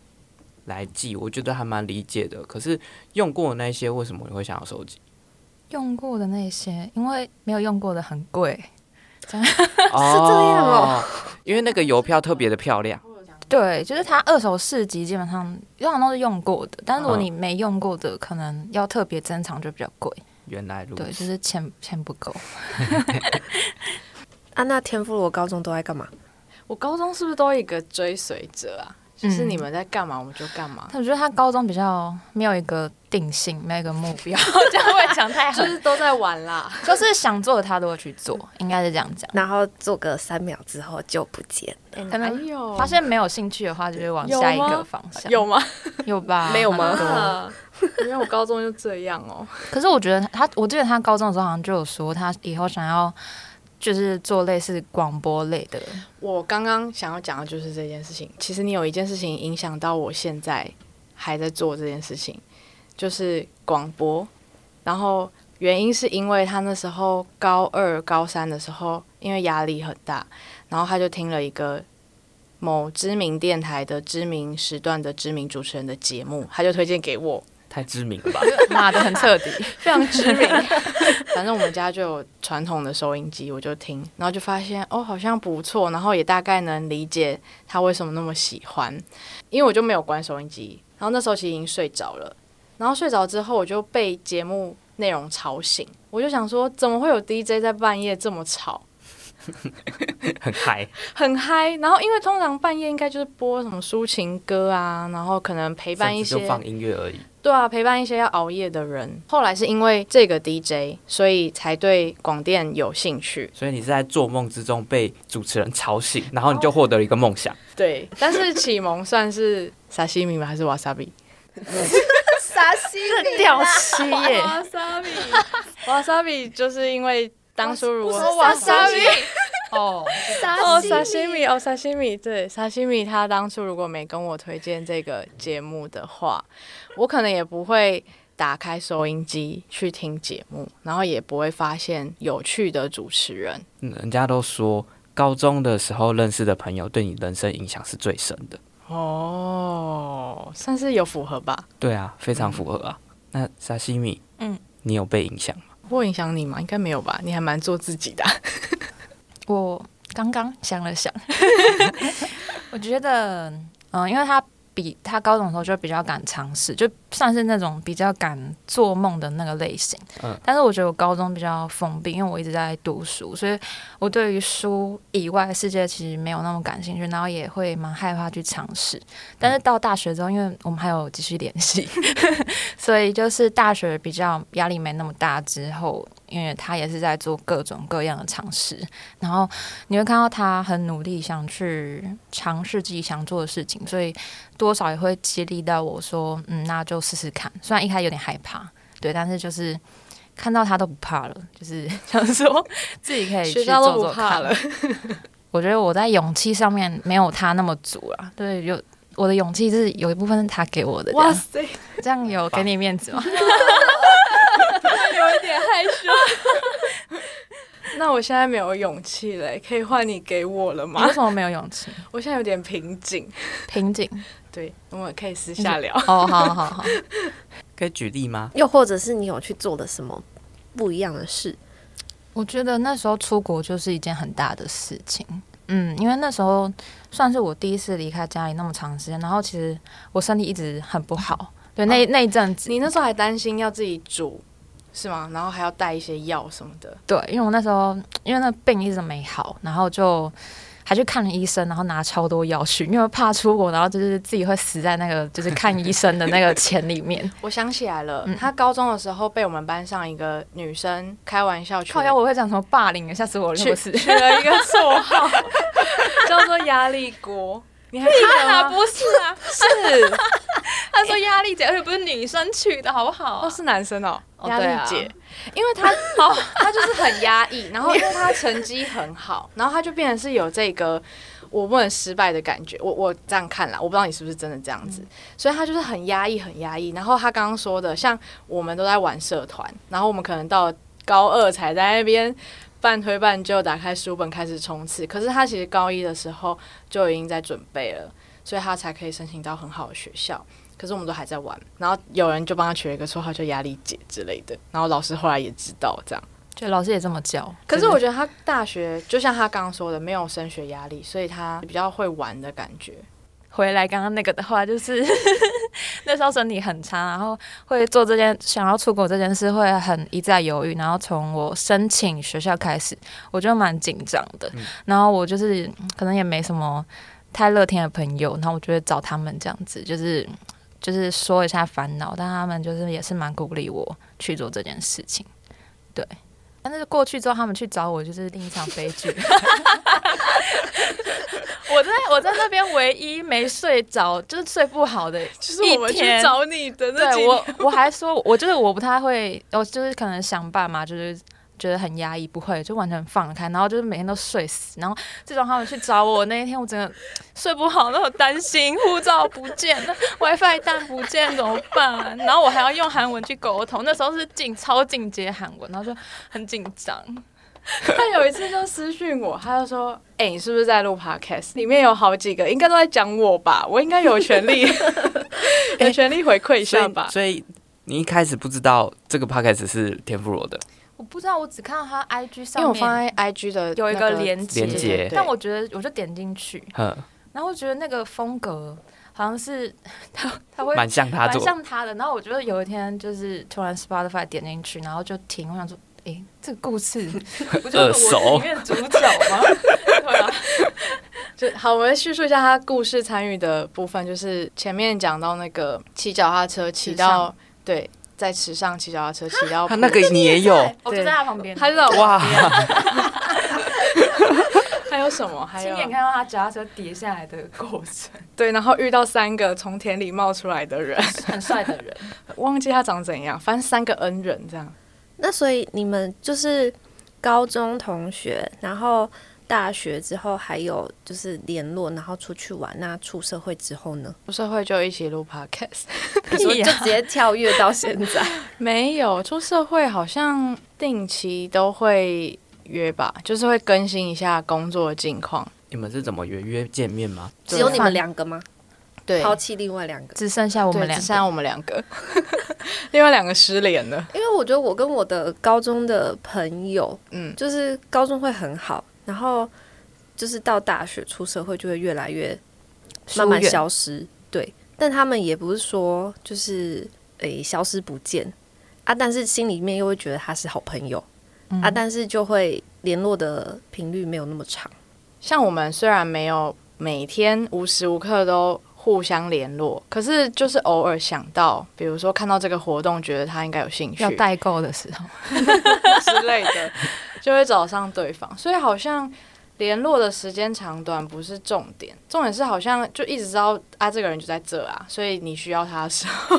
Speaker 3: 来寄，我觉得还蛮理解的。可是用过的那些，为什么你会想要收集？
Speaker 1: 用过的那些，因为没有用过的很贵。
Speaker 3: 是这样哦，因为那个邮票特别的漂亮，
Speaker 1: 对，就是它二手市集基本上通常都是用过的，但如果你没用过的，可能要特别珍藏就比较贵。
Speaker 3: 原来如
Speaker 1: 对，
Speaker 3: 此。
Speaker 1: 就是钱钱不够。
Speaker 4: 啊，那天妇罗高中都在干嘛？
Speaker 2: 我高中是不是都有一个追随者啊？就是
Speaker 1: 嗯
Speaker 2: 你们在干嘛，我们就干嘛。
Speaker 1: 但我觉得他高中比较没有一个定性，没有一个目标，这样会不会讲太
Speaker 2: 就
Speaker 1: 狠。
Speaker 2: 是都在玩啦。
Speaker 1: 就是想做的他都会去做，应该是这样讲。
Speaker 4: 然后做个三秒之后就不见了。
Speaker 1: 可能
Speaker 2: 有
Speaker 1: 发现没有兴趣的话，就会往下一
Speaker 2: 有
Speaker 1: 个
Speaker 2: 吗
Speaker 1: 方向。
Speaker 2: 有吗？
Speaker 1: 有吧？
Speaker 4: 没有吗
Speaker 1: 很多
Speaker 2: 啊 因为我高中就这样哦。
Speaker 1: 可是我觉得他，我记得他高中的时候好像就有说，他以后想要就是做类似广播类 的。
Speaker 2: 我刚刚想要讲的就是这件事情。其实你有一件事情影响到我现在还在做这件事情，就是广播。然后原因是因为他那时候高二、高三的时候，因为压力很大，然后他就听了一个某知名电台的知名时段的知名主持人的节目，他就推荐给我。
Speaker 3: 太知名了吧？
Speaker 1: 骂的很彻底，
Speaker 2: 非常 知名。反正我们家就有传统的收音机，我就听，然后就发现哦，好像不错，然后也大概能理解他为什么那么喜欢，因为我就没有关收音机，然后那时候其实已经睡着了，然后睡着之后我就被节目内容吵醒，我就想说怎么会有 DJ 在半夜这么吵？
Speaker 3: 很嗨，
Speaker 2: 很嗨，然后因为通常半夜应该就是播什么抒情歌啊，然后可能陪伴一
Speaker 3: 甚至
Speaker 2: 些
Speaker 3: 就放音乐而已。
Speaker 2: 对啊，陪伴一些要熬夜的人。后来是因为这个 DJ，所以才对广电有兴趣。
Speaker 3: 所以你是在做梦之中被主持人吵醒，然后你就获得了一个梦想。
Speaker 2: 对，但是启蒙算是沙西米吗？还是瓦萨 比？
Speaker 4: 傻西，啊
Speaker 1: 掉漆耶！
Speaker 2: 萨比， 瓦萨比就是因为当初如果
Speaker 1: 不是 wasabi 哦，
Speaker 2: 哦，
Speaker 4: 傻
Speaker 2: 沙西米哦，沙西米，对，沙西米，他当初如果没跟我推荐这个节目的话，我可能也不会打开收音机去听节目，然后也不会发现有趣的主持人。
Speaker 3: 嗯人家都说高中的时候认识的朋友对你人生影响是最深的。
Speaker 2: 哦，算是有符合吧。
Speaker 3: 对啊，非常符合啊。那沙西米，
Speaker 1: 嗯，
Speaker 3: 你有被影响吗？
Speaker 2: 我影响你吗？应该没有吧？你还蛮做自己的啊、
Speaker 1: 我刚刚想了想， 我觉得，嗯，因为他比他高中的时候就比较敢尝试，就算是那种比较敢做梦的那个类型。
Speaker 3: 嗯
Speaker 1: 但是我觉得我高中比较封闭，因为我一直在读书，所以我对于书以外的世界其实没有那么感兴趣，然后也会蛮害怕去尝试。但是到大学之后，因为我们还有继续联系， 所以就是大学比较压力没那么大之后，因为他也是在做各种各样的尝试，然后你会看到他很努力想去尝试自己想做的事情，所以多少也会激励到我说，嗯，那就试试看。虽然一开始有点害怕，对，但是就是看到他都不怕了，就是想说自己可以去
Speaker 2: 学校都
Speaker 1: 做
Speaker 2: 不
Speaker 1: 做
Speaker 2: 怕
Speaker 1: 看
Speaker 2: 了。
Speaker 1: 我觉得我在勇气上面没有他那么足啊，对，有我的勇气是有一部分是他给我的。这
Speaker 2: 哇
Speaker 1: 样
Speaker 2: 塞，
Speaker 1: 这样有给你面子吗？
Speaker 2: 有一点害羞。 那我现在没有勇气嘞，可以换你给我了
Speaker 1: 你
Speaker 2: 吗
Speaker 1: 为？什么没有勇气？
Speaker 2: 我现在有点瓶颈。
Speaker 1: 瓶颈。
Speaker 2: 对，我们可以私下聊。
Speaker 1: 哦，好好好，
Speaker 3: 可以举例吗？
Speaker 4: 又或者是你有去做了什么不一样的事？
Speaker 1: 我觉得那时候出国就是一件很大的事情。嗯，因为那时候算是我第一次离开家里那么长时间，然后其实我身体一直很不好。对，那那一阵子，
Speaker 2: 你那时候还担心要自己煮是吗？然后还要带一些药什么的。
Speaker 1: 对，因为我那时候因为那病一直没好，然后就还去看了医生，然后拿超多药去，因为怕出国，然后就是自己会死在那个就是看医生的那个钱里 面。
Speaker 2: 我想起来了，
Speaker 1: 嗯
Speaker 2: 他高中的时候被我们班上一个女生开玩笑取
Speaker 1: 靠腰我会讲什么霸凌，吓死我了，是
Speaker 2: 取
Speaker 1: 不是？
Speaker 2: 取了一个绰号 叫做压力锅。你还记
Speaker 1: 哪
Speaker 2: 得吗？
Speaker 1: 不是啊？
Speaker 2: 是
Speaker 1: 他说压力姐，而且不是女生取的好不好、
Speaker 2: 哦，是男生哦，
Speaker 1: 哦
Speaker 2: 压力
Speaker 1: 对啊
Speaker 2: 姐，因为他哦，他就是很压抑，然后因为他成绩很好， 然后他就变成是有这个我不能失败的感觉。我我这样看啦，我不知道你是不是真的这样
Speaker 1: 嗯
Speaker 2: 子，所以他就是很压抑，很压抑。然后他刚刚说的，像我们都在玩社团，然后我们可能到高二才在那边。半推半就打开书本开始冲刺，可是他其实高一的时候就已经在准备了，所以他才可以申请到很好的学校。可是我们都还在玩，然后有人就帮他取了一个绰号叫“压力姐”之类的，然后老师后来也知道这样。
Speaker 1: 就老师也这么教。
Speaker 2: 可是我
Speaker 1: 就
Speaker 2: 觉得他大学就像他刚刚说的，没有升学压力，所以他比较会玩的感觉。
Speaker 1: 回来刚刚那个的话，就是 那时候身体很差，然后会做这件想要出国这件事会很一再犹豫，然后从我申请学校开始，我就蛮紧张的。然后我就是嗯可能也没什么太乐天的朋友，然后我就会找他们这样子，就是就是说一下烦恼，但他们就是也是蛮鼓励我去做这件事情，对。但是过去之后，他们去找我就是另一场悲剧。我在我在那边唯一没睡着，就是睡不好的
Speaker 2: 就是
Speaker 1: 我们去找
Speaker 2: 你的
Speaker 1: 对我，我还说，我就是我不太会，我就是可能想爸妈就是。觉得很压抑，不会就完全放开，然后就是每天都睡死。然后自从他们去找我那一天，我真的睡不好，那我担心护照不见了，WiFi 蛋不见怎么办？然后我还要用韩文去沟通，那时候是进超进阶韩文，然后就很紧张。
Speaker 2: 他有一次就私讯我，他就说：“哎、你是不是在录 podcast？里面有好几个，应该都在讲我吧？ 我应该有权利，有权利回馈一
Speaker 3: 所
Speaker 2: 下
Speaker 3: 以
Speaker 2: 吧？”
Speaker 3: 所以你一开始不知道这个 podcast 是天妇罗的，
Speaker 1: 我不知道，我只看到他 IG
Speaker 2: 因
Speaker 1: 上
Speaker 2: 为
Speaker 1: 面
Speaker 2: 我放在 IG 的
Speaker 1: 有一
Speaker 2: 那个
Speaker 1: 个连接，
Speaker 3: 连接
Speaker 1: 但我觉得我就点进去，
Speaker 3: 哼，
Speaker 1: 然后我觉得那个风格好像是 他他会
Speaker 3: 蛮像他
Speaker 1: 蛮
Speaker 3: 做。啊
Speaker 1: 像他的。然后我觉得有一天就是突然 Spotify 点进去，然后就停，我想说，诶，这个故 事不就是我
Speaker 3: 耳
Speaker 1: 是
Speaker 3: 熟
Speaker 1: 里面的主角吗？ 对啊，
Speaker 2: 就好，我们叙述一下他故事参与的部分，就是前面讲到那个骑脚踏车骑
Speaker 1: 池
Speaker 2: 到
Speaker 1: 上
Speaker 2: 对，在池上骑脚踏车骑 到
Speaker 3: 他那个你也有
Speaker 1: 我就在他旁边，
Speaker 2: 还有
Speaker 3: 哇，
Speaker 2: 还有什么？还
Speaker 1: 亲
Speaker 2: 有
Speaker 1: 眼看到他脚踏车跌下来的过程，
Speaker 2: 对，然后遇到三个从田里冒出来的人，
Speaker 1: 很帅的人。
Speaker 2: 忘记他长怎样，反正三个恩人这样。
Speaker 4: 那所以你们就是高中同学，然后大学之后还有就是联络，然后出去玩。那出社会之后呢？
Speaker 2: 出社会就一起录 podcast，
Speaker 4: 就 就直接跳跃到现在。
Speaker 2: 没有出社会好像定期都会约吧，就是会更新一下工作的近况。
Speaker 3: 你们是怎么约约见面吗？
Speaker 4: 只有你们两个吗？
Speaker 2: 对，
Speaker 4: 抛弃另外两 个？
Speaker 1: 只剩下我
Speaker 2: 我
Speaker 1: 们
Speaker 2: 们
Speaker 1: 俩
Speaker 2: 只，剩下我们两个， 另外两个失联了。
Speaker 4: 因为我觉得我跟我的高中的朋友，
Speaker 2: 嗯，
Speaker 4: 就是高中会很好，然后就是到大学出社会就会越来越慢慢
Speaker 1: 疏远
Speaker 4: 消失。对，但他们也不是说就是诶、消失不见啊，但是心里面又会觉得他是好朋友、
Speaker 1: 嗯
Speaker 4: 啊，但是就会联络的频率没有那么长。
Speaker 2: 像我们虽然没有每天无时无刻都互相联络，可是就是偶尔想到，比如说看到这个活动，觉得他应该有兴趣
Speaker 1: 要 代购的时候，
Speaker 2: 之类的，就会找上对方。所以好像联络的时间长短不是重点，重点是好像就一直知道啊，这个人就在这啊，所以你需要他的 时候，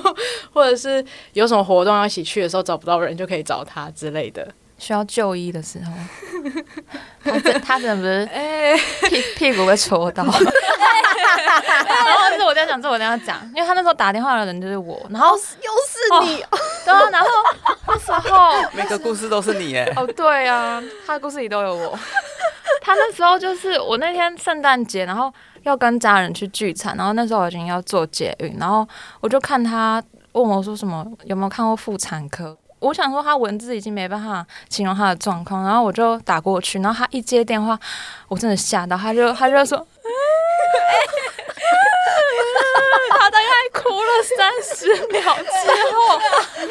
Speaker 2: 或者是有什么活动要一起去的时候找不到人，就可以找他之类的。
Speaker 1: 需要就医的时候，他真他真的不是
Speaker 2: 哎、
Speaker 1: 屁屁股被戳到。然后是我在讲，是我在讲，因为他那时候打电话的人就是我，然后
Speaker 4: 又是你，
Speaker 1: 对啊，然后那时候
Speaker 3: 每个故事都是你哎，
Speaker 1: 哦，对啊，他的故事里都有我。 他那时候就是我那天圣诞节，然后要跟家人去聚餐，然后那时候我已经要坐捷运，然后我就看他问我说什么有没有看过妇产科。我想说他文字已经没办法形容他的状况，然后我就打过去，然后他一接电话，我真的吓到，他就他就说， 哎他大概哭了三十秒之后，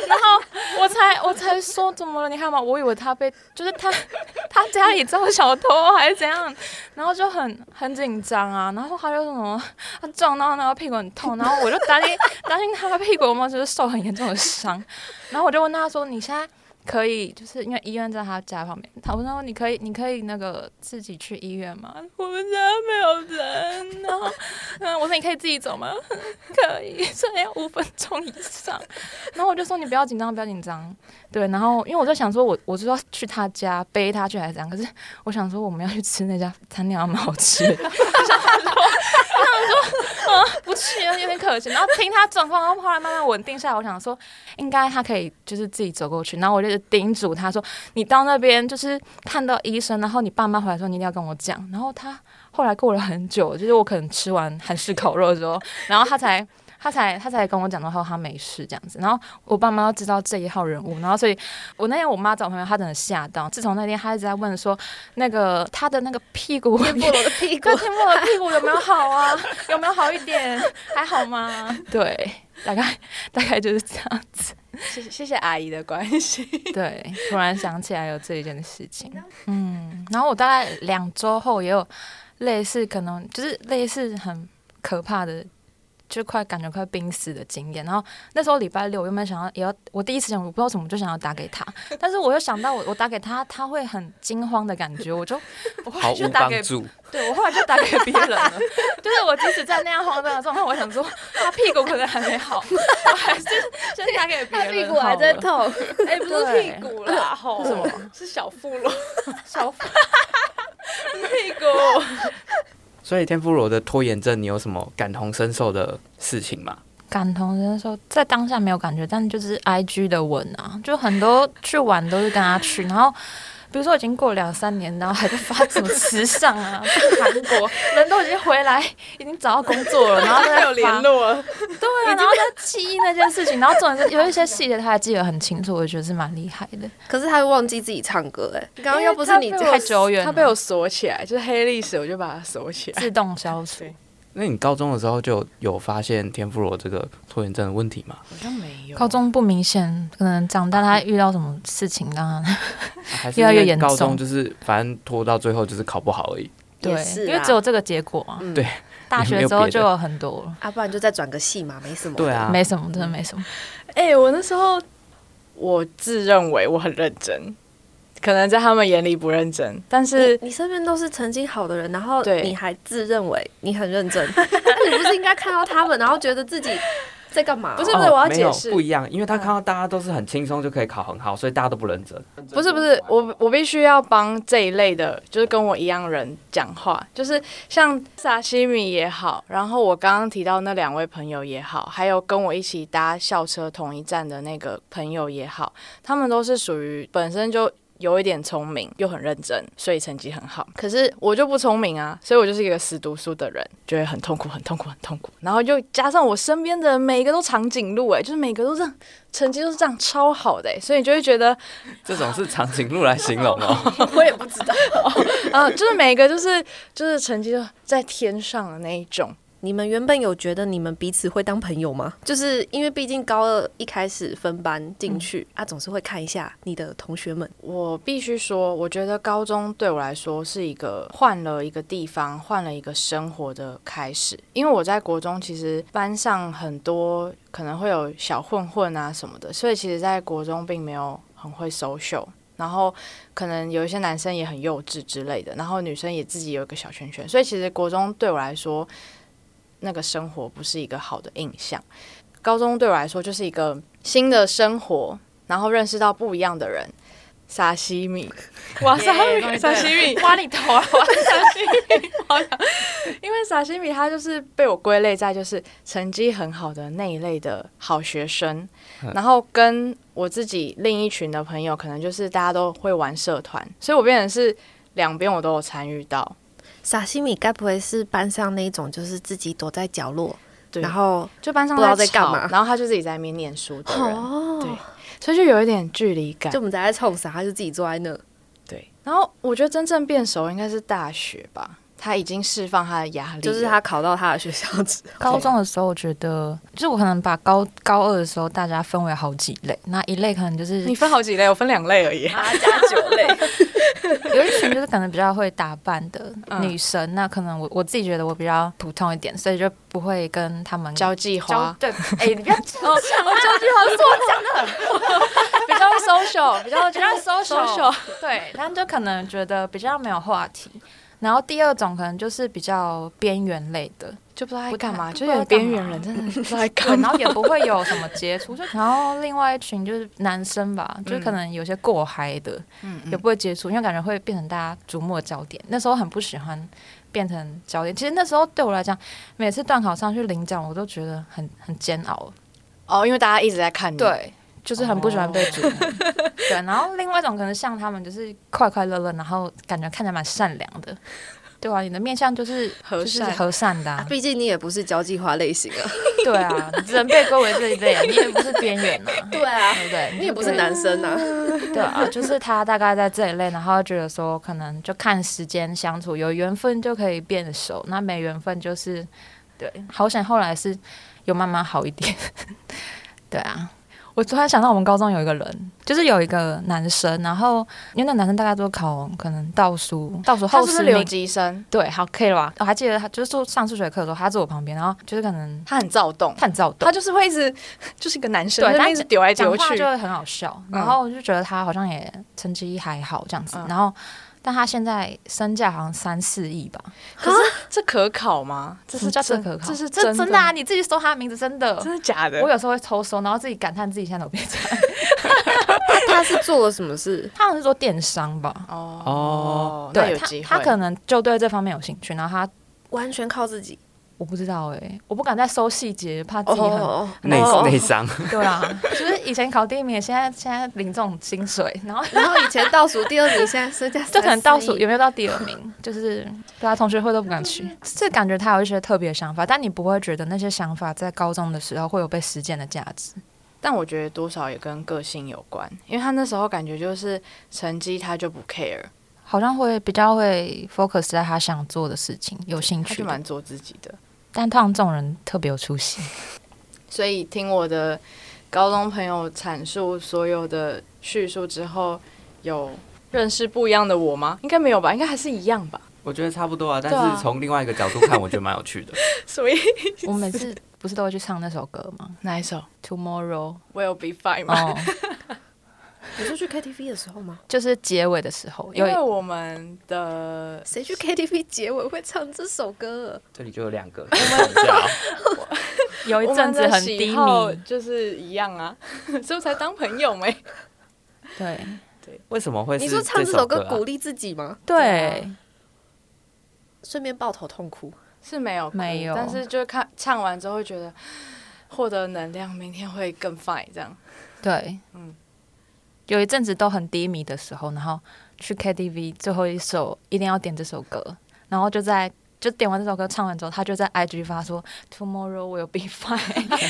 Speaker 1: 然后我才我才说怎么了？你看嘛，我以为他被就是他 他家里遭小偷啊还是怎样，然后就很很紧张啊，然后他就什么他撞到那个屁股很痛，然后我就担心担心他的屁股有没有就是受很严重的伤，然后我就问他说你现在。可以，就是因为医院在他家旁边。他我说你可以，你可以那个自己去医院吗？我们家没有人。然后，嗯，我说你可以自己走吗？ 可以，所以要五分钟以上。然后我就说你不要紧张，不要紧张。对，然后因为我在想说我，我是要去他家背他去还是怎样？可是我想说我们要去吃那家餐厅，还蛮好吃的。我想说，我想说，啊， 不去有点可惜。然后听他状况，然后后来慢慢稳定下来，我想说应该他可以就是自己走过去。然后我就叮嘱他说，你到那边就是看到医生，然后你爸妈回来的时候，你一定要跟我讲。然后他后来过了很久，就是我可能吃完韩式烤肉之后，然后他才。 他才他才跟我讲到说他没事这样子，然后我爸妈要知道这一号人物，然后所以我那天我妈找朋友，她真的吓到。自从那天她一直在问说，那个她的那个屁股，
Speaker 4: 天妇罗的屁股
Speaker 1: 跟，天幕的屁股有没有好啊？ 有没有好一点？还好吗？对，大概大概就是这样 子。
Speaker 2: 谢谢谢阿姨的关心。
Speaker 1: 对，突然想起来有这一件事情，嗯，然后我大概两周后也有类似，可能就是类似很可怕的，就快感觉快濒死的经验。然后那时候礼拜六，我原本想要也要，我第一时间我不知道怎么就想要打给他，但是我又想到我我打给他，他会很惊慌的感觉，我就我后
Speaker 3: 毫
Speaker 1: 来就
Speaker 3: 无
Speaker 1: 打
Speaker 3: 帮
Speaker 1: 给
Speaker 3: 助。
Speaker 1: 对我后来就打给别人了， 就是我即使在那样慌张的状态，我想说他屁股可能还没好， 我还是先打给别
Speaker 4: 他
Speaker 1: 人。
Speaker 4: 屁股还在。痛，
Speaker 2: 哎、不是
Speaker 1: 对
Speaker 2: 屁 股啦，吼，
Speaker 1: 是什么？
Speaker 2: 是小腹咯，
Speaker 1: 小
Speaker 2: 屁股。
Speaker 3: 所以天妇罗的拖延症，你有什么感同身受的事情吗？
Speaker 1: 感同身受，在当下没有感觉，但就是 I G 的文啊，就很多去玩都是跟他去，然后。比如说，已经过两三年，然后还在发什么时尚 啊，去韩国人都已经回来，已经找到工作了，然后
Speaker 2: 还
Speaker 1: 在
Speaker 2: 有联
Speaker 1: 发，
Speaker 2: 络了，
Speaker 1: 对啊，然后在记忆那件事情，然后重点是有一些细节他还记得很清楚，我觉得是蛮厉害的。
Speaker 4: 可是他会忘记自己唱歌，哎，刚刚
Speaker 2: 因为
Speaker 4: 又不是你
Speaker 2: 他被
Speaker 4: 这
Speaker 2: 我
Speaker 1: 太久远了
Speaker 2: 他被我锁起来，就是黑历史，我就把它锁起来。
Speaker 1: 自动消除
Speaker 2: 对，
Speaker 3: 那你高中的时候就有有发现天妇罗这个拖延症的问题吗？
Speaker 2: 好像没有
Speaker 1: 高中不明显，可能长大他遇到什么事情，当然
Speaker 3: 还是
Speaker 1: 越来越
Speaker 3: 因为
Speaker 1: 严
Speaker 3: 高中
Speaker 1: 重
Speaker 3: 就是反正拖到最后就是考不好而已。
Speaker 1: 对
Speaker 4: 也是，啦
Speaker 1: 因为只有这个结果啊。
Speaker 3: 对，
Speaker 1: 大
Speaker 3: 也没
Speaker 1: 学
Speaker 3: 有
Speaker 1: 之后
Speaker 3: 别的
Speaker 1: 就有很多了，
Speaker 4: 啊，不然就再转个戏嘛，没什么。
Speaker 3: 对，啊，
Speaker 1: 没什么，真的没什么。
Speaker 2: 哎、我那时候我自认为我很认真，可能在他们眼里不认真，但是
Speaker 4: 你你身边都是曾经好的人，然后
Speaker 2: 对
Speaker 4: 你还自认为你很认真，那你不是应该看到他们，然后觉得自己在干嘛？
Speaker 2: 不是
Speaker 3: 哦
Speaker 2: 不是我要
Speaker 3: 没
Speaker 2: 解
Speaker 3: 有
Speaker 2: 释
Speaker 3: 不一样，因为他看到大家都是很轻松就可以考很好，所以大家都不认真。
Speaker 2: 不是不是，我我必须要帮这一类的，就是跟我一样人讲话，就是像萨西米也好，然后我刚刚提到那两位朋友也好，还有跟我一起搭校车同一站的那个朋友也好，他们都是属于本身就。有一点聪明，又很认真，所以成绩很好。可是我就不聪明啊，所以我就是一个死读书的人，就会很痛苦，很痛苦，很痛苦。然后又加上我身边的人每一个都长颈鹿、哎，就是每个都这样，成绩都是这样超好的、哎，所以你就会觉得
Speaker 3: 这种是长颈鹿来形容哦。
Speaker 2: 我也不知道，呃，就是每个就是就是成绩就在天上的那一种，
Speaker 4: 你们原本有觉得你们彼此会当朋友吗？就是因为毕竟高二一开始分班进去、啊，总是会看一下你的同学们。
Speaker 2: 我必须说，我觉得高中对我来说是一个换了一个地方、换了一个生活的开始。因为我在国中，其实班上很多可能会有小混混啊什么的，所以其实，在国中并没有很会 social。然后可能有一些男生也很幼稚之类的，然后女生也自己有一个小圈圈，所以其实国中对我来说，那个生活不是一个好的印象。高中对我来说就是一个新的生活，然后认识到不一样的人，沙西米，哇沙 米沙西米，
Speaker 1: 挖啊你头啊！挖
Speaker 2: 因为沙西米它就是被我归类在就是成绩很好的那一类的好学生，然后跟我自己另一群的朋友，可能就是大家都会玩社团，所以我变成是两边我都有参与到，
Speaker 4: 沙西米该不会是班上那一种，就是自己躲在角落，
Speaker 2: 对，
Speaker 4: 然后
Speaker 2: 就班上
Speaker 4: 不知道
Speaker 2: 在
Speaker 4: 在干
Speaker 2: 吵
Speaker 4: 嘛
Speaker 2: 然后他就自己在那边念书的人，对
Speaker 4: 哦，
Speaker 2: 所以就有一点距离感
Speaker 4: 就。我们在冲啥，他就自己坐在那。
Speaker 2: 对，然后我觉得真正变熟应该是大学吧，他已经释放他的压力了，
Speaker 4: 就是他考到他的学校之后，
Speaker 1: 高中的时候，我觉得就是我可能把高高二的时候大家分为好几类，那一类可能 就是
Speaker 2: 你分好几类，我分两类而已。
Speaker 4: 啊加九 类，
Speaker 1: 有一群就是可能比较会打扮的
Speaker 2: 嗯
Speaker 1: 女生，那可能我我自己觉得我比较普通一点，所以就不会跟他们
Speaker 2: 交际
Speaker 1: 交
Speaker 2: 花，
Speaker 1: 对，哎、你不要
Speaker 2: 哦，我交际花是我讲的，比较 social，比较
Speaker 1: 比较 social，
Speaker 2: social，
Speaker 1: 对，他们就可能觉得比较没有话题。然后第二种可能就是比较边缘类的，
Speaker 2: 就不知道在
Speaker 1: 不
Speaker 2: 干
Speaker 1: 太
Speaker 2: 嘛，
Speaker 1: 不知
Speaker 2: 就有
Speaker 1: 道
Speaker 2: 点
Speaker 1: 干
Speaker 2: 边缘
Speaker 1: 嘛
Speaker 2: 人，真的不知道
Speaker 1: 对，
Speaker 2: 在干
Speaker 1: 然
Speaker 2: 嘛。
Speaker 1: 后也不会有什么接触，就 然后另外一群就是男生吧，就是可能有些过嗨的，
Speaker 2: 嗯
Speaker 1: 也
Speaker 2: 嗯
Speaker 1: 不会接触，因为感觉会变成大家瞩目的焦点。那时候很不喜欢变成焦点，其实那时候对我来讲，每次段考上去领奖，我都觉得很很煎熬，
Speaker 2: 哦，因为大家一直在看
Speaker 4: 嗯
Speaker 2: 你，，
Speaker 1: 对。就是很不喜欢被
Speaker 2: 哦
Speaker 1: 瞩目， 对。然后另外一种可能像他们，就是快快乐乐，然后感觉看起来蛮善良的，对啊，你的面相就是
Speaker 2: 和
Speaker 1: 就是
Speaker 2: 善
Speaker 1: 和善的、啊，
Speaker 4: 毕竟你也不是交际花类型啊，
Speaker 1: 对啊，你只能被归为这一类啊，你也不是边缘啊，
Speaker 4: 对啊
Speaker 1: 对不对？
Speaker 4: 你也不是男生啊，
Speaker 1: 对 啊，就是他大概在这一类，然后觉得说可能就看时间相处，有缘分就可以变熟，那没缘分就是对。好险后来是有慢慢好一点， 对啊。我突然想到，我们高中有一个人，就是有一个男生，然后因为那男生大概都考可能倒数倒数
Speaker 2: 他
Speaker 1: 后
Speaker 2: 是不是
Speaker 1: 十
Speaker 2: 留
Speaker 1: 名，
Speaker 2: 级生？
Speaker 1: 对，好可以了吧？我还记得他就是说上数学课的时候，他坐我旁边，然后就是可能
Speaker 2: 他很躁动，
Speaker 1: 他很躁动
Speaker 2: 他，就是会一直就是一个男生，
Speaker 1: 对
Speaker 2: 在那
Speaker 1: 他
Speaker 2: 边一直丢来
Speaker 1: 讲
Speaker 2: 丢
Speaker 1: 话
Speaker 2: 去
Speaker 1: 就，会很好笑，
Speaker 2: 嗯
Speaker 1: 然后我就觉得他好像也成绩还好这样子，
Speaker 2: 嗯
Speaker 1: 然后但他现在身价好像三四亿吧，
Speaker 2: 可是这可考吗？这
Speaker 1: 这
Speaker 2: 是
Speaker 1: 是叫
Speaker 2: 啊真
Speaker 1: 真可靠，
Speaker 2: 嗯这是
Speaker 1: 这
Speaker 2: 真
Speaker 1: 真的啊！你自己搜他的名字，真的。
Speaker 2: 真的假的？
Speaker 1: 我有时候会偷搜，然后自己感叹自己现在怎么变这样。
Speaker 4: 他是做了什么事？
Speaker 1: 他好像是做电商吧，
Speaker 2: 哦
Speaker 3: 哦
Speaker 2: 那
Speaker 1: 对
Speaker 2: 有
Speaker 1: 他
Speaker 2: 机会，
Speaker 1: 他可能就对这方面有兴趣，然后他
Speaker 4: 完全靠自己。
Speaker 1: 我不知道哎、我不敢再搜细节，怕自己很、
Speaker 3: 内
Speaker 4: 哦
Speaker 3: 内伤，
Speaker 1: 对啊，就是以前考第一名，现在现在领这种薪水，然后
Speaker 4: 然后以前倒数第二名，现在身价
Speaker 1: 就可能倒数
Speaker 4: 34亿
Speaker 1: 有没有到第二名，就是对啊，同学会都不敢去，是感觉他有一些特别想法，但你不会觉得那些想法在高中的时候会有被实践的价值。
Speaker 2: 但我觉得多少也跟个性有关，因为他那时候感觉就是成绩他就不 care，
Speaker 1: 好像会比较会 focus 在他想做的事情，有兴
Speaker 2: 他
Speaker 1: 趣
Speaker 2: 就
Speaker 1: 的。
Speaker 2: 蛮做自己的。
Speaker 1: 但通常这种人特别有出 息。
Speaker 2: 所以听我的高中朋友阐述所有的叙述之后，有认识不一样的我吗？应该没有吧，应该还是一样吧。
Speaker 3: 我觉得差不多啊。但
Speaker 2: 对啊
Speaker 3: 是从另外一个角度看，我觉得蛮有趣的。
Speaker 2: 所以
Speaker 1: 我每次不是都会去唱那首歌吗
Speaker 2: 哪一首
Speaker 1: ？Tomorrow，
Speaker 2: ？Will be fine 吗？
Speaker 1: 哦，
Speaker 4: 你说去 KTV 的时候吗？
Speaker 1: 就是结尾的时候
Speaker 2: 因
Speaker 1: 有
Speaker 2: 为我们的
Speaker 4: 谁去 KTV 结尾会唱这首歌？
Speaker 3: 这里就有两个，等一下啊
Speaker 1: 有一
Speaker 2: 我
Speaker 1: 阵
Speaker 2: 们
Speaker 1: 子
Speaker 2: 的
Speaker 1: 很
Speaker 2: 喜
Speaker 1: 低
Speaker 2: 好
Speaker 1: 迷，
Speaker 2: 就是一样啊， 所以才当朋友 没。
Speaker 1: 对
Speaker 3: 为什么会是
Speaker 4: 你说唱这
Speaker 3: 这
Speaker 4: 首
Speaker 3: 首
Speaker 4: 歌
Speaker 3: 啊
Speaker 4: 鼓励自己吗？
Speaker 2: 啊
Speaker 1: 对，
Speaker 4: 顺便抱头痛哭，
Speaker 2: 是没有哭
Speaker 1: 没有
Speaker 2: 但是就看唱完之后会觉得获得能量，明天会更 fine 这样。
Speaker 1: 对，
Speaker 2: 嗯
Speaker 1: 嗯，有一阵子都很低迷的时候，然后去 KTV，最后一首一定要点这首歌，然后就在就点完这首歌唱完之后，他就在 IG 发说 Tomorrow will be fine，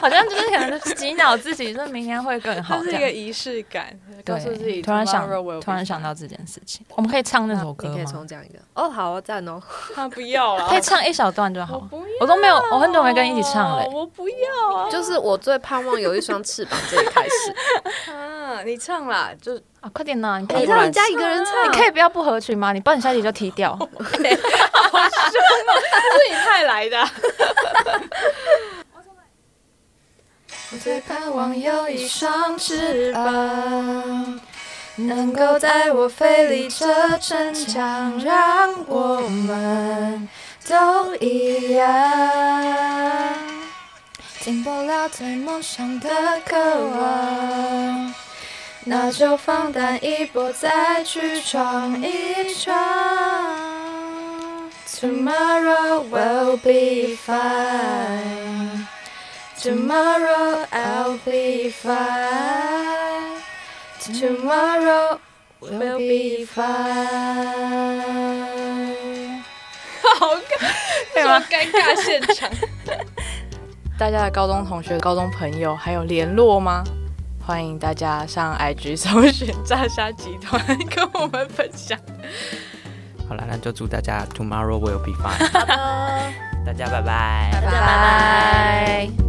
Speaker 1: 好像就是可能是洗脑自己，说明天会更好
Speaker 2: 这
Speaker 1: 这
Speaker 2: 是一个
Speaker 1: 样。
Speaker 2: 仪式感，告诉自己
Speaker 1: 对，突然
Speaker 2: tomorrow will
Speaker 1: 想，
Speaker 2: be
Speaker 1: 突然
Speaker 2: fine
Speaker 1: 想到这件事情，我们可以唱那首
Speaker 4: 你
Speaker 1: 歌
Speaker 4: 可以
Speaker 1: 吗
Speaker 4: 重？讲一个哦，好啊，赞哦。
Speaker 2: 他不要了，
Speaker 1: 可以唱一小段就
Speaker 2: 我
Speaker 1: 好。
Speaker 2: 不要，啊
Speaker 1: 我都没有，我很久没跟你一起唱了欸。
Speaker 2: 我不要啊，
Speaker 4: 就是我最盼望有一双翅膀这一开始，
Speaker 2: 啊，你唱啦，就
Speaker 1: 啊，快点呐！你可
Speaker 4: 你
Speaker 2: 哎
Speaker 1: 以，
Speaker 4: 让人家一个人唱，
Speaker 1: 你可以不要不合群吗？你不然你下一集就踢 掉。
Speaker 2: 自己派来的。啊我最盼望有一双翅膀，能够带我飞离这城墙，让我们都一样，停不了对梦想的渴望。
Speaker 5: 那就放胆一搏，再去闯一闯。Tomorrow will be fine. Tomorrow I'll be fine. Tomorrow will be fine.
Speaker 1: 对吗？尴尬现场。
Speaker 2: 大家的高中同学、高中朋友还有联络吗？欢迎大家上 IG 搜寻 “炸虾集团”跟我们分享。
Speaker 3: 好了，那就祝大 家 tomorrow will be fine。大家拜拜。
Speaker 4: 拜拜。